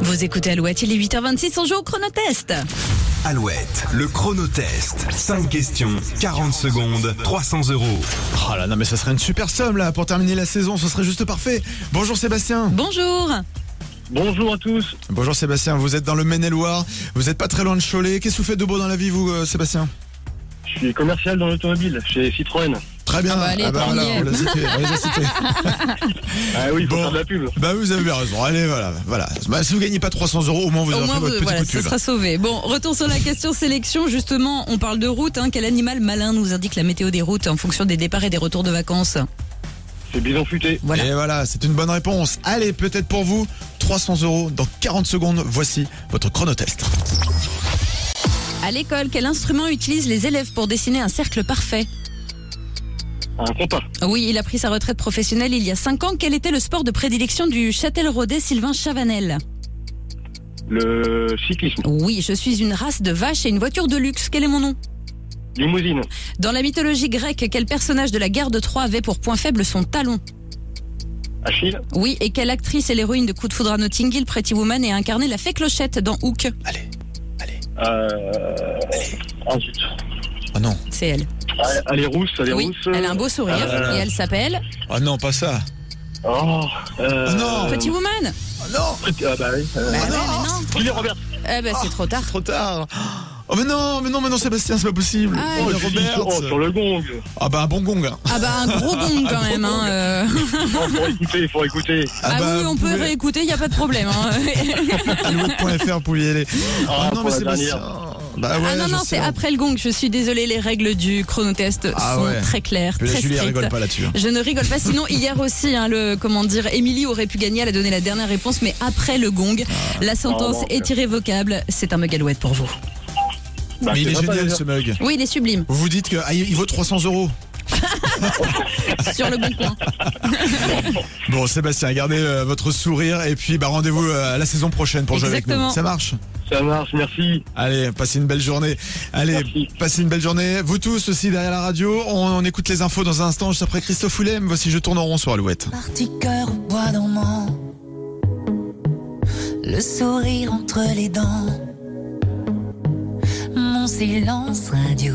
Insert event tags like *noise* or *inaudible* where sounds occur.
Vous écoutez Alouette, il est 8h26, on joue au chronotest. Alouette, le chronotest. 5 questions, 40 secondes, 300 euros. Oh là, non, mais ça serait une super somme là pour terminer la saison, ce serait juste parfait. Bonjour Sébastien. Bonjour. Bonjour à tous. Bonjour Sébastien, vous êtes dans le Maine-et-Loire, vous êtes pas très loin de Cholet. Qu'est-ce que vous faites de beau dans la vie, vous, euh, Sébastien Je suis commercial dans l'automobile chez Citroën. Très bien. Ah bah, allez, tant voilà, mieux. on l'a cité, on les *laughs* a cités. Ah oui, il faut Bon. faire de la pub. Bah, vous avez bien raison. Allez, voilà, voilà. Bah, si vous gagnez pas 300 euros, au moins vous Au aurez moins, fait votre vous, petit voilà, coup de ce pub. sera sauvé. Bon, retour sur la question sélection. Justement, on parle de route. hein. Quel animal malin nous indique la météo des routes en fonction des départs et des retours de vacances C'est bison futé. Voilà. Et voilà, c'est une bonne réponse. Allez, peut-être pour vous, 300 euros dans 40 secondes. Voici votre chronotest. À l'école, quel instrument utilisent les élèves pour dessiner un cercle parfait Un compas. Oui, il a pris sa retraite professionnelle il y a 5 ans. Quel était le sport de prédilection du Châtel-Rodet Sylvain Chavanel Le cyclisme. Oui, je suis une race de vache et une voiture de luxe. Quel est mon nom Limousine. Dans la mythologie grecque, quel personnage de la guerre de Troie avait pour point faible son talon Achille. Oui, et quelle actrice est l'héroïne de Coup de foudre à Notting Hill, Pretty Woman, et a incarné la fée Clochette dans Hook Allez, allez. Euh... Ah, zut. Oh non, C'est elle. Ah, Elle est rousse, elle est oui, rousse. elle a un beau sourire Euh, Ah. et elle s'appelle oh non, pas ça. Oh, euh... Ah non. Pretty Woman. Oh non, Ah bah oui. euh, Bah ouais, non, mais non. Julia Roberts. Eh ben c'est trop tard. trop tard. Oh mais non, mais non, mais non, Sébastien, c'est pas possible. Ah, oh, Oh, le je suis sur, oh, sur Robert. le gong. Ah bah un bon gong. hein. Ah bah un *laughs* gros gong quand gros même. hein, gong. euh. Il faut écouter, il faut écouter. Ah, bah, oui, on vous peut pouvez- réécouter, il n'y a pas de problème. *laughs* hein. Alouette.fr pour y aller. Ah, non, pour mais la Sébastien. Bah ouais, ah non, je non, sais. c'est après le gong. Je suis désolée, les règles du chronotest Ah sont ouais. très claires, Puis la très Julie, elle strictes. rigole pas là-dessus. hein. Je ne rigole pas. Sinon, hier aussi, hein, le comment dire, Émilie aurait pu gagner. Elle a donné la dernière réponse, mais après le gong, Ah, la sentence Oh, mon est irrévocable. C'est un megalouette pour vous. Bah, Mais il c'est est sympa, génial déjà. ce mug. Oui, il est sublime Vous vous dites que ah, il vaut 300 euros. sur le bon coin. Bon Sébastien, gardez euh, votre sourire et puis bah rendez-vous euh, à la saison prochaine pour jouer avec nous. Exactement. Ça marche. Ça marche, merci. Allez, passez une belle journée. Allez, Merci. passez une belle journée. Vous tous aussi derrière la radio, on, on écoute les infos dans un instant juste après Christophe Willem. Voici je tourne en rond sur Alouette. Parti cœur au bois dormant, le sourire entre les dents, mon silence radio.